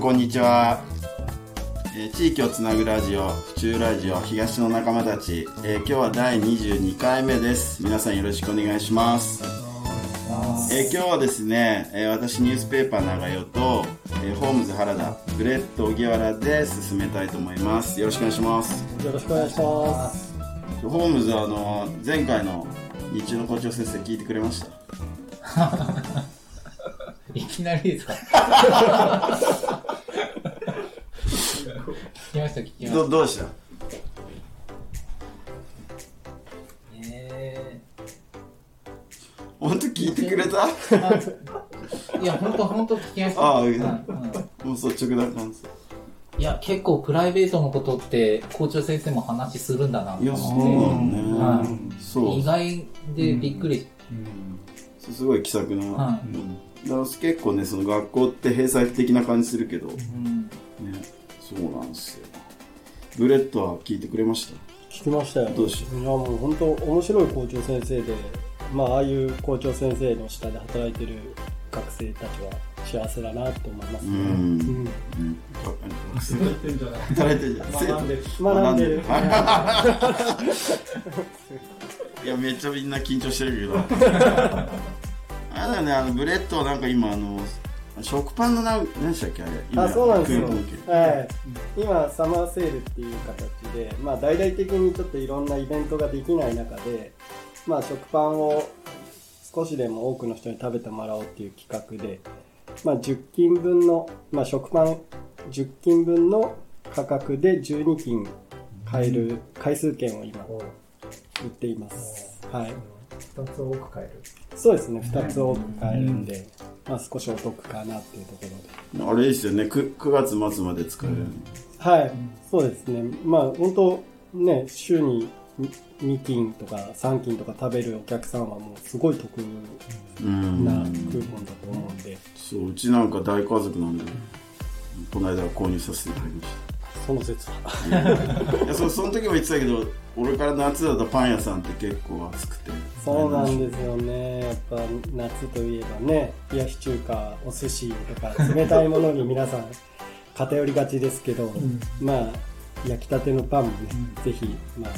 こんにちは、えー地域をつなぐラジオ府中ラジオ東の仲間たち、えー今日は第22回目です皆さんよろしくお願いしますえー今日はですね、えー私ニュースペーパー長代と、えーホームズ原田ブレッド荻原で進めたいと思いますよろしくお願いしますよろしくお願いします。ホームズあの前回の日中の校長先生聞いてくれましたいきなりですか聞きました、聞きました。どどうでしたえ本当聞いてくれ たーいや、本当本当聞きました。ああうんいいねうんもう率直な感じいや、結構プライベートのことって校長先生も話するんだなといやそうな思っのね、はそて、う意外でびっくりしすごい気さくな、はうんだから結構ねその学校って閉鎖的な感じするけど、ね、うんそうなんですよブレットは聞いてくれまし聞きましたよ。どうでしいやもう本当面白い校長先生で、まあああいう校長先生の下で働いてる学生たちは幸せだなと思いますたね。うんうん働いてるじゃん生徒学んでる。いやめっちゃみんな緊張してるけどあれだねあのブレッドはなんか今あの食パンのな何でしたっけあれ今あ、そうなんですよ。食い物系はい。今、サマーセールっていう形で、まあ、大々的にちょっといろんなイベントができない中で、まあ、食パンを少しでも多くの人に食べてもらおうっていう企画で、まあ、10斤分の、まあ、食パン10斤分の価格で12斤買える回数券を今、売っています。はい。 2つ多く買える。そうですね、2つ多く買えるんで、まあ、少しお得かなっていうところで。あれですよね 9, 月末まで使える、はい、そうですね。まあ、本当ね、週に2斤とか3斤とか食べるお客さんはもうすごい得うんなクーポンだと思うんで、そううちなんか大家族なんでこの間は購入させていただきましたその説 は。いやそその時も言ってたけど俺から夏だとパン屋さんって結構暑くてそうなんですよね。やっぱ夏といえばね、冷やし中華、お寿司とか冷たいものに皆さん 偏りがちですけど、まあ、焼きたてのパンもね、ぜひ、まあ、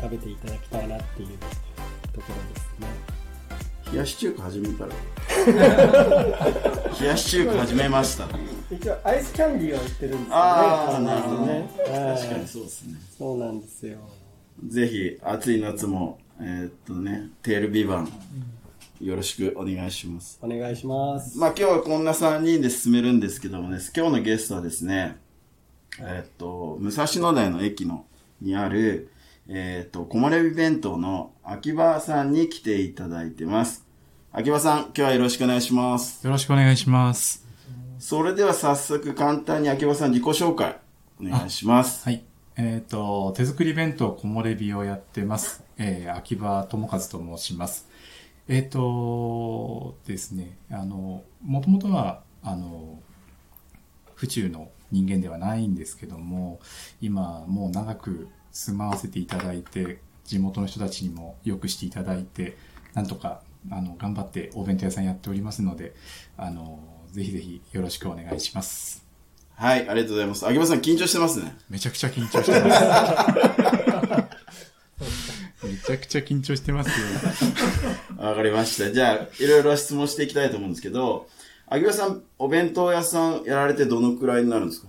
食べていただきたいなっていうところですね。冷やし中華始め たら冷やし中華始めました一応アイスキャンディーは売ってるんですよね。あーなるほどね必ずね。確かはにいそうですねそうなんですよ。ぜひ暑い夏もえーっとねテールビバンよろしくお願いしますお願いします。まあ今日はこんな3人で進めるんですけどもね、今日のゲストはですね、えーっと、武蔵野台の駅の、にある、えーっと、木漏れ日弁当の秋葉さんに来ていただいてます。秋葉さん、今日はよろしくお願いします。よろしくお願いします。それでは早速簡単に秋葉さん自己紹介、お願いします。はい。えっ、と、手作り弁当木漏れ日をやってます。えー、秋葉智和と申します。えっ、とですね、あの、もともとは、あの、府中の人間ではないんですけども、今、もう長く住まわせていただいて、地元の人たちにもよくしていただいて、なんとか、あの、頑張ってお弁当屋さんやっておりますので、あの、ぜひぜひよろしくお願いします。はい、ありがとうございます。秋葉さん緊張してますね。めちゃくちゃ緊張してます。めちゃくちゃ緊張してますよ。わかりました。じゃあ、いろいろ質問していきたいと思うんですけど、秋葉さん、お弁当屋さんやられてどのくらいになるんですか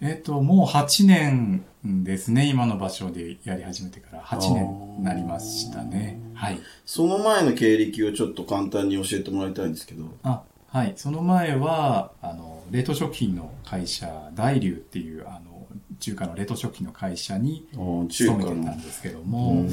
えっと、もう8年ですね。今の場所でやり始めてから8年になりましたね。はい。その前の経歴をちょっと簡単に教えてもらいたいんですけど。あ、はい。その前は、あの、冷凍食品の会社、大龍っていう、あの、中華の冷凍食品の会社に中華勤めてたのん。ですけども、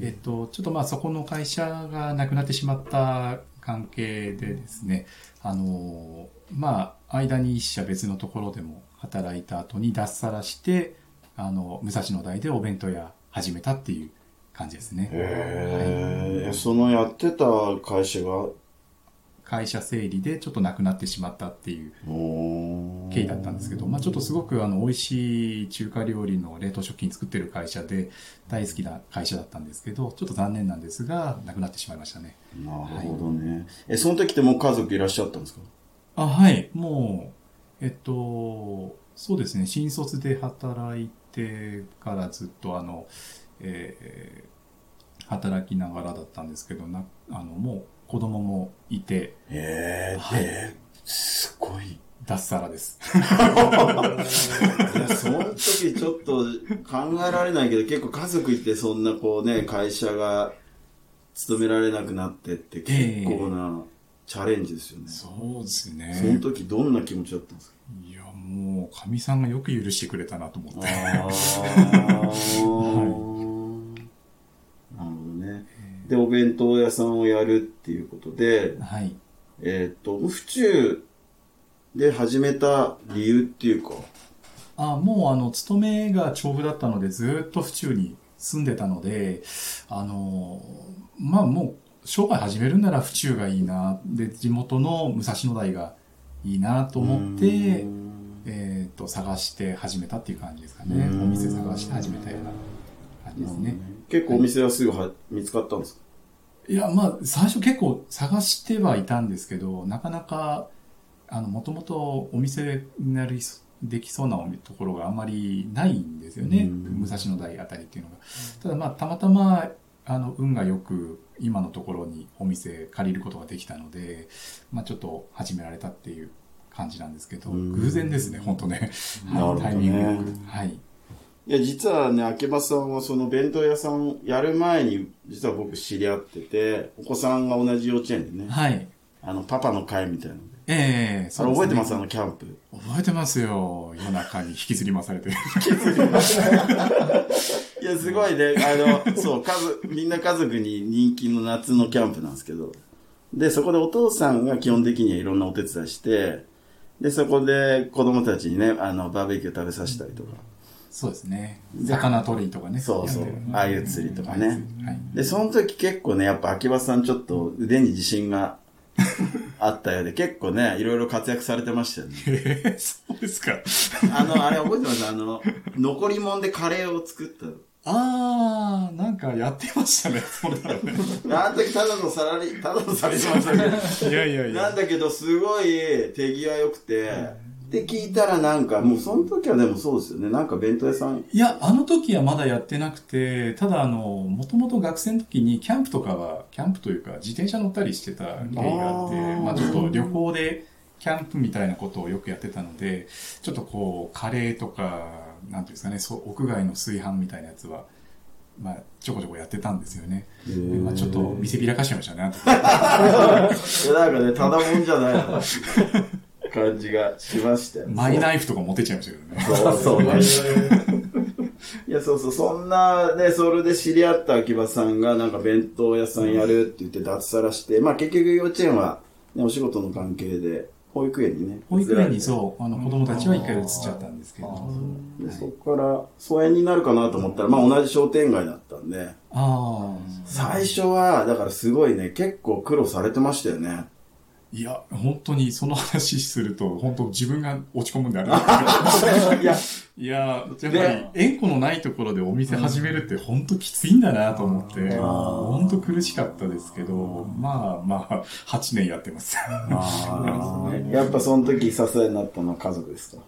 えっと、ちょっとまあそこの会社がなくなってしまった関係でですね、あの、まあ間に一社別のところでも働いた後に脱サラして、あの、武蔵野台でお弁当屋始めたっていう感じですね。へえ、そのやってた会社が、会社整理でちょっとなくなってしまったっていうおー経緯だったんですけど、まあ、ちょっとすごくあの美味しい中華料理の冷凍食品作ってる会社で大好きな会社だったんですけどちょっと残念なんですがなくなってしまいましたねなるほどね。え、その時ってもう家族いらっしゃったんですかあはいもうえっと、そうですね、新卒で働いてからずっと、あの、えー働きながらだったんですけど、なあのもう子供もいて、えー、はいで、すごい。脱サラです。いや、その時ちょっと考えられないけど、結構家族いてそんなこうね、会社が勤められなくなってって結構なチャレンジですよね。そうですね。その時どんな気持ちだったんですかいや、もう、かみさんがよく許してくれたなと思って。あーなるほどね。で、お弁当屋さんをやるっていうことで、はい。えっ、と、府中で始めた理由っていうか、あもうあの勤めが調布だったのでずーっと府中に住んでたのであのまあもう生涯始めるなら府中がいいなで地元の武蔵野台がいいなと思っうてー、んえー、と探して始めたっていう感じですかうねんお店探して始めたような感じですね。結構お店はすぐは見つかったんですかいや、まあ、最初結構探してはいたんですけど、なかなか、あの、もともとお店になりそ、できそうなおみところがあまりないんですよね。うん武蔵野台あたりっていうのが。ただまあ、たまたま、あの、運がよく、今のところにお店借りることができたので、まあ、ちょっと始められたっていう感じなんですけど、うん偶然ですね、本当ね。なるほどねタイミングよく。はい。いや、実はね、秋葉さんはその弁当屋さんをやる前に、実は僕知り合ってて、お子さんが同じ幼稚園でね、はい。あの、パパの会みたいなので。ええそれ覚えてますすあの、キャンプ。覚えてますよ。夜中に引きずり回されて。いや、すごいね。あの、そう、家族、みんな家族に人気の夏のキャンプなんですけど。で、そこでお父さんが基本的にはいろんなお手伝いして、で、そこで子供たちにね、あの、バーベキュー食べさせたりとか。そうですね。で魚取りとかね。そうそうやってるああいう釣りとかねああいう釣りはい。で、その時結構ね、やっぱ秋葉さんちょっと腕に自信があったようで、結構ね、いろいろ活躍されてましたよね。へえ、そうですか。 あの、あれ覚えてますあの、残り物でカレーを作ったの。あー、なんかやってましたね。そうだ ね。あの時ただのサラリー、ただのサラリーマンさんいやいやいなんや。だけど、すごい手際良くて、で、聞いたらなんか、もうその時はでもそうですよね。なんか弁当屋さん、いや、あの時はまだやってなくて、ただあの、もともと学生の時にキャンプとかは、キャンプというか自転車乗ったりしてた経緯があって、あーまあちょっと旅行でキャンプみたいなことをよくやってたので、ちょっとこう、カレーとか、なんていうんですかね、そう、屋外の炊飯みたいなやつは、まあちょこちょこやってたんですよね。でまあ、ちょっと見せびらかしちゃいましたね。あの時いやなんかね、ただもんじゃない な感じがしましたよ。マイナイフとか持ってっちゃいましたけどね。そうそうね。いや、そうそう、そんな、ね、それで知り合った秋葉さんが、なんか弁当屋さんやるって言って脱サラして、まあ結局幼稚園は、ね、お仕事の関係で、保育園にね。保育園にう。そう、あの子供たちは一回移っちゃったんですけあど。でそこから、疎遠になるかなと思ったら、まあ同じ商店街だったんで、ああ。最初は、だからすごいね、結構苦労されてましたよね。いや、本当にその話すると、本当自分が落ち込むんであれだ いや、けど。いや、やっぱり、縁故のないところでお店始めるって本当きついんだなと思って、あー本当苦しかったですけど、まあまあ、8年やってます。やっぱその時支えになったのは家族ですか。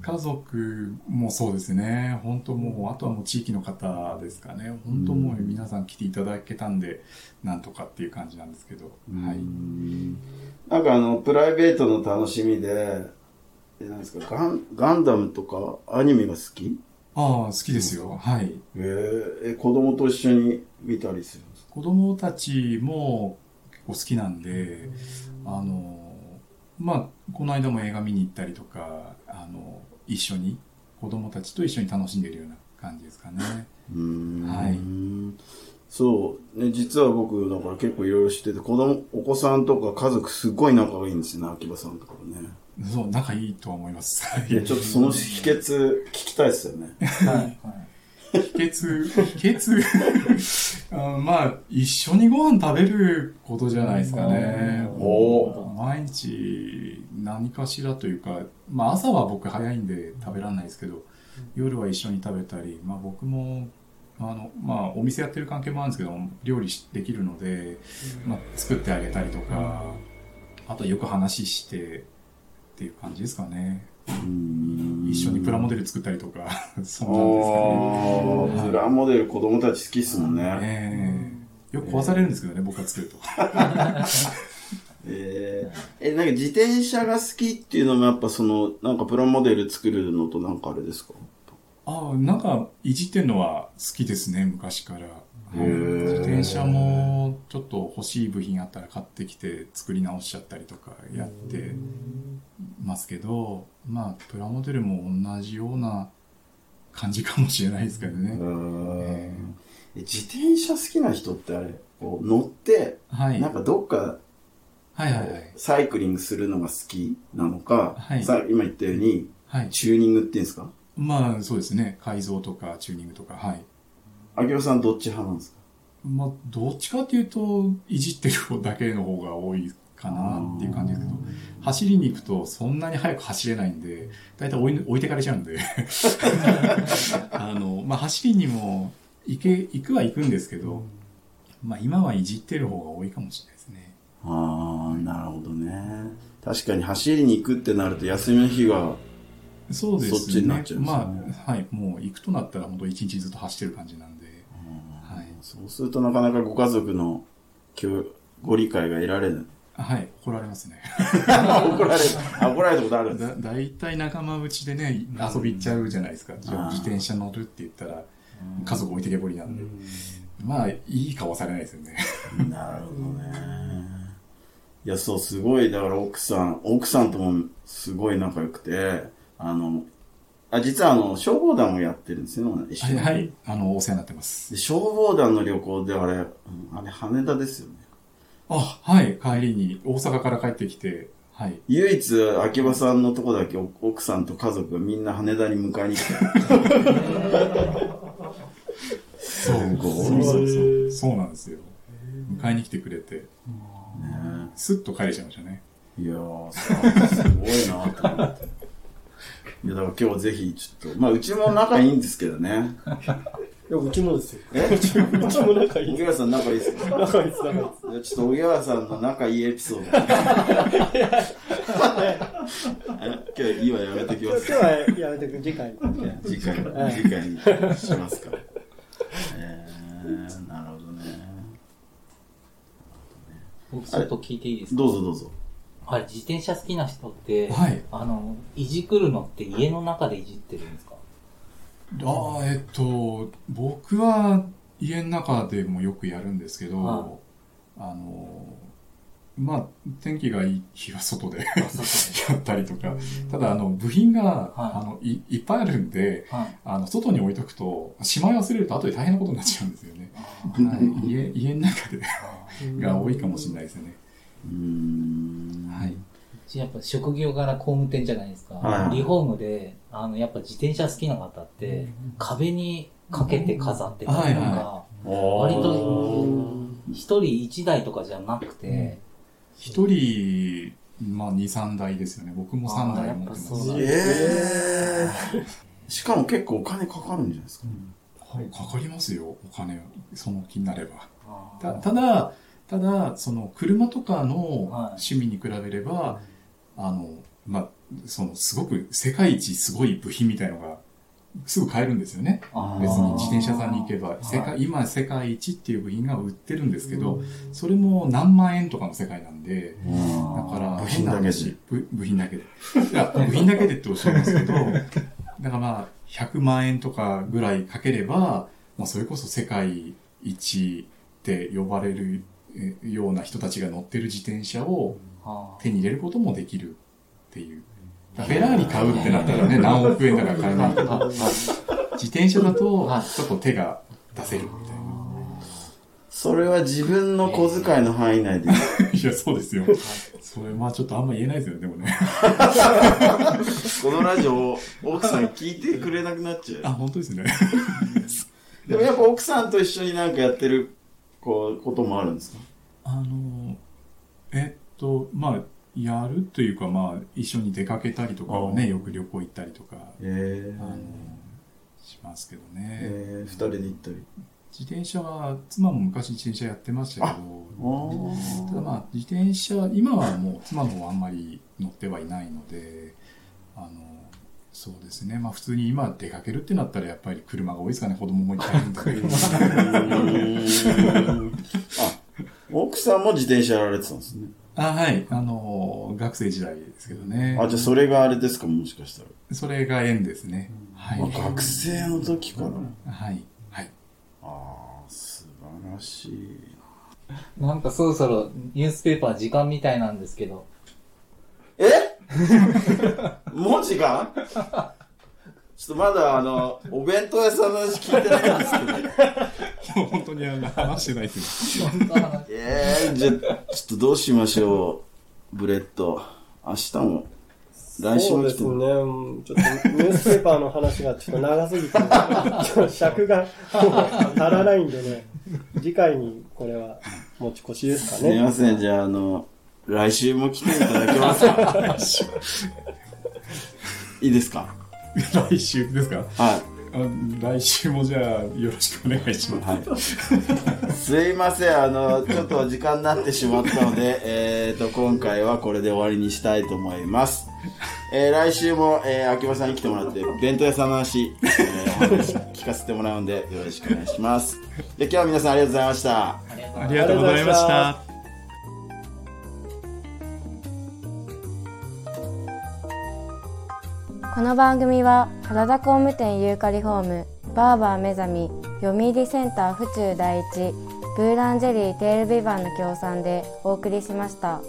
家族もそうですね、本当もう、あとはもう地域の方ですかね、本当もう皆さん来ていただけたんで、なんとかっていう感じなんですけど、はい。なんかあの、プライベートの楽しみで、えなんですか、ガンガンダムとかアニメが好きああ、好きですよ、はい。ええ子供と一緒に見たりするんですか子供たちも結構好きなんで、あの、まあ、この間も映画見に行ったりとか、あの、一緒に、子供たちと一緒に楽しんでるような感じですかね。うんはいそう。ね、実は僕、だから結構いろいろ知ってて、子供、お子さんとか家族すごい仲がいいんですよね、秋葉さんとかもね。そう、仲いいとは思います。いや、ちょっとその秘訣聞きたいですよね。はい。秘訣、秘訣、うんまあ、一緒にご飯食べることじゃないですかね。お毎日何かしらというか、まあ朝は僕早いんで食べられないですけど、夜は一緒に食べたり、まあ僕も、あの、まあお店やってる関係もあるんですけど、料理しできるので、まあ作ってあげたりとか、あとよく話してっていう感じですかね。うん一緒にプラモデル作ったりとか、 そんなんですかね。あープラモデル子供たち好きっすもんね。ええよく壊されるんですけどね、僕が 作ると。えーえ、なんか自転車が好きっていうのもやっぱその、なんかプラモデル作るのとなんかあれですかああ、なんか、いじってんのは好きですね、昔から。へはいー自転車も、ちょっと欲しい部品あったら買ってきて、作り直しちゃったりとかやってますけど、まあ、プラモデルも同じような感じかもしれないですけどうね。んええ自転車好きな人ってあれ、こう乗って、ーはい。なんかどっかはいはいはい。サイクリングするのが好きなのか、はいさ今言ったようにはい。チューニングっていうんですかまあ、そうですね。改造とか、チューニングとか、はい。秋夫さんどっち派なんですかまあ、どっちかっていうと、いじってる方だけの方が多いかなっていう感じですけど、走りに行くとそんなに早く走れないんで、だいたい置い置いてかれちゃう んで、あの、まあ、走りにも行け、行くは行くんですけど、まあ、今はいじってる方が多いかもしれないですね。ああ、なるほどね。確かに走りに行くってなると休みの日が、そうですね。そっちになっちゃうんですねまあ、はい、もう行くとなったら本当一日ずっと走ってる感じなんで、はい。そうするとなかなかご家族の協ご理解が得られ ない。はい、怒られますね。怒られる。あ怒られたことあるんですだ大体仲間内でね遊び行っちゃうじゃないですか、自あー転車乗るって言ったら家族置いてけぼりなんで、まあいい顔されないですよねなるほどね。いや、そう、すごい、だから奥さん、奥さんともすごい仲良くて、あの、あ、実はあの、消防団もやってるんですよね、一緒 はい、に。はい、あのお世話になってますで消防団の旅行で、あれ、うんあれ、羽田ですよね。あはい帰りに大阪から帰ってきてはい唯一、秋葉さんのとこだけお奥さんと家族がみんな羽田に迎えに来て。そすうごいそうそうそうそうなんですよ迎えに来てくれてスッと帰れちゃいましたねいやー、すごいなと思って。いや、だから今日ぜひ、ちょっと、まあ、うちも仲いいんですけどね。いや、うちもですよ。えうちも仲いい池。原さん仲いいっすか仲いいです、仲いいです。いやちょっと、小原さんの仲いいエピソード。今日、今やめときま今す日。はやめてく次回。いや次回、はい次回にしますから。えー、なるほどね。僕ちょっと聞いていいですかどうぞどうぞ。あれ、自転車好きな人って、はいあの、いじくるのって家の中でいじってるんで すかああえっと僕は家の中でもよくやるんですけど、はあのまあ天気がいい日は外であそうそうやったりとかただあの部品が、はいあのいいっぱいあるんではい。あの外に置いとくとしまい忘れると後で大変なことになっちゃうんですよね、はい、家家の中でが多いかもしれないですね、うーん。はい。うちやっぱ職業柄工務店じゃないですか。はいリフォームで、あの、やっぱ自転車好きな方って、壁にかけて飾ってたりとはいかは、割割と、一人一台とかじゃなくて、一人まあ23台ですよね僕も3あーや台っぱ持ってますそうだえー、しかも結構お金かかるんじゃないですか。はいかかりますよお金その気になればあたーただ、ただ、その車とかのはい趣味に比べれば、あの、まあ、そのすごく世界一すごい部品みたいのがすぐ買えるんですよね。あー別に自転車さんに行けば、い世界今世界一っていう部品が売ってるんですけど、それも何万円とかの世界なんで、だから、部品だけで部部品だけで。いや、部品だけでっておっしゃいますけど、だからまあ、100万円とかぐらいかければ、まあ、それこそ世界一って呼ばれるえような人たちが乗ってる自転車をあー手に入れることもできるっていう。だからフェラーリ買うってなったらね、何億円だから買えないけど、自転車だと、ちょっと手が出せるみたいな。それは自分の小遣いの範囲内で。いや、そうですよ。それ、まあちょっとあんま言えないですよね、でもね。 このラジオ、奥さん聞いてくれなくなっちあ、ゃ本当ですね。う。でもやっぱ奥さんと一緒になんかやってる、こう、こともあるんですかあの、えっと、まあ、やるというか、まあ、一緒に出かけたりとかはああね、よく旅行行ったりとか、えあの、しますけどえね。えー、二人で行ったり。自転車は、妻も昔自転車やってましたけど、ただまあ、自転車、今はもう妻もあんまり乗ってはいないので、あの、そうですね。まあ普通に今出かけるってなったらやっぱり車が多いですかね。子供もいっぱいいるんだけど。 あ、奥さんも自転車やられてたんですね。あ、はい。あの、学生時代ですけどね。あ、じゃあそれがあれですか、もしかしたら。それが縁ですね。はい。あ学生の時から。はい。はい。ああ、素晴らしい。なんかそろそろニュースペーパー時間みたいなんですけど、えもう時間ちょっとまだあの、お弁当屋さんの話聞いてないんですけど。本当に あの話してないですよ。本当の話ええじゃあ、ちょっとどうしましょう、ブレッド。明日も、来週そうもで来てすもね。うんちょっとニュースペーパーの話がちょっと長すぎて、ちょっと尺がもう足らないんでね、次回にこれは持ち越しですかすみまね。せん、じゃあ、あの、来週も来ていただけますか いいですか来週ですかはあ来週もじゃあよろしくお願いしい。ます。はい。すいません、あの、ちょっと時間になってしまったので、えっと、今回はこれで終わりにしたいと思います。えー来週も、えー秋葉さんに来てもらって、弁当屋さんの話、えーお話聞かせてもらうんで、よろしくお願いします。で、今日は皆さんありがとうございました。ありがとうございますありがとうございました。この番組は体工務店ユーカリホームバーバー目覚み読売センター府中第一ブーランジェリーテールビバンの協賛でお送りしました。